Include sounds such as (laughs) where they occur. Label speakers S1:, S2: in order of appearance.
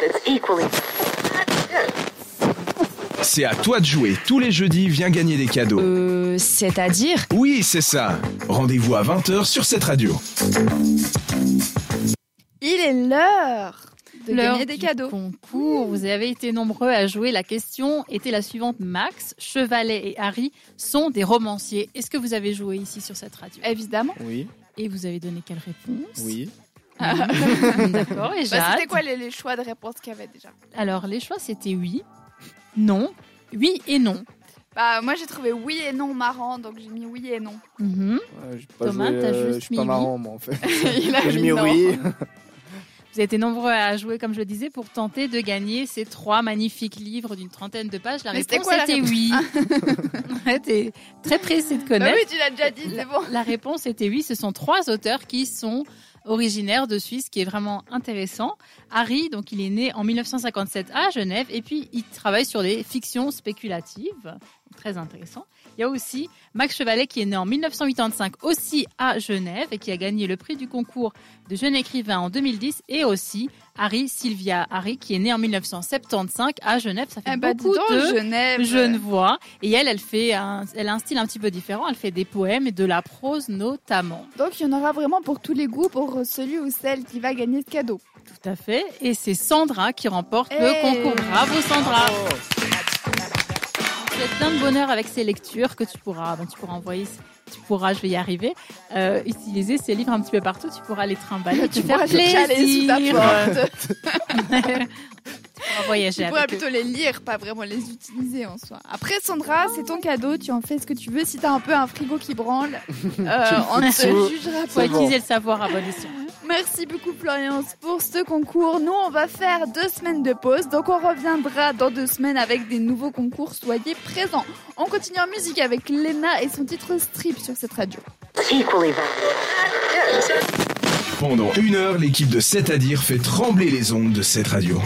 S1: that's equally.
S2: C'est à toi de jouer. Tous les jeudis, viens gagner des cadeaux.
S3: Euh, c'est-à-dire
S2: Oui, c'est ça. Rendez-vous à 20h sur cette radio.
S4: Il est l'heure de
S5: L'heure
S4: gagner des
S5: du
S4: cadeaux.
S5: Concours, vous avez été nombreux à jouer. La question était la suivante. Max, Chevalet et Harry sont des romanciers. Est-ce que vous avez joué ici sur cette radio
S4: Évidemment.
S6: Oui,
S5: Et vous avez donné quelle réponse
S6: oui.
S5: (laughs) D'accord, et
S4: Ah. Bah,
S5: Jade
S4: C'était quoi les, les choix de réponse qu'il y avait déjà
S5: Alors, les choix, c'était oui, non, oui et non.
S4: Bah moi j'ai trouvé oui et non marrant, donc j'ai mis oui et non.
S5: Mhm.
S6: Ouais, j'ai pas
S5: Thomas,
S6: joué,
S5: t'as
S6: euh,
S5: juste
S6: je suis
S5: mis
S6: pas
S5: oui.
S6: marrant, moi,
S5: (laughs)
S6: en fait.
S4: Il a
S6: J'ai
S4: mis
S6: mis
S4: non.
S6: oui.
S5: Vous avez été nombreux à jouer, comme je le disais, pour tenter de gagner ces trois magnifiques livres d'une trentaine de pages. La
S4: Mais c'était
S5: réponse
S4: quoi la
S5: était
S4: réponse (laughs)
S5: oui. (laughs) Ouais, T'es très pressé de
S4: Bah
S5: connaître.
S4: oui, tu l'as déjà dit, c'est bon.
S5: La réponse était oui. Ce sont trois auteurs qui sont originaires de Suisse, ce qui est vraiment intéressant. Harry, donc il est né en 1957 à Genève, et puis il travaille sur des fictions spéculatives. Très intéressant. Il y a aussi Max Chevalet qui est né en 1985 aussi à Genève et qui a gagné le prix du concours de jeune écrivain en 2010 et aussi Harry Sylvia Harry qui est né en 1975 à Genève. Ça fait
S4: Eh bah dis
S5: beaucoup
S4: donc,
S5: de
S4: Genève.
S5: Genevois. Et elle, elle, fait un, elle a un style un petit peu différent. Elle fait des poèmes et de la prose notamment.
S4: Donc il y en aura vraiment pour tous les goûts, pour celui ou celle qui va gagner ce cadeau.
S5: Tout à fait. Et c'est Sandra qui remporte
S4: Hey.
S5: le concours. Bravo Sandra. Je te souhaite plein de bonheur avec ces lectures que tu pourras, bon, tu pourras envoyer, tu pourras, je vais y arriver, euh, utiliser ces livres un petit peu partout. Tu pourras les trimballer, te
S4: (laughs) Tu
S5: faire
S4: pourras les caler sous ta
S5: plaisir.
S4: porte.
S5: tu pourras voyager
S4: Tu pourras
S5: avec eux.
S4: plutôt les lire, pas vraiment les utiliser en soi. Après, Sandra, c'est ton cadeau, tu en fais ce que tu veux. Si t'as un peu un frigo qui branle, euh, on ne
S6: fous.
S4: te jugera
S5: Faut
S4: pas.
S6: C'est bon.
S5: utiliser le savoir à bon escient.
S4: Merci beaucoup, Florian, pour ce concours. Nous, on va faire deux semaines de pause, donc on reviendra dans deux semaines avec des nouveaux concours. Soyez présents. On continue en musique avec Lena et son titre Strip sur cette radio.
S1: Equally valid.
S2: Pendant une heure, l'équipe de 7 à dire fait trembler les ondes de cette radio.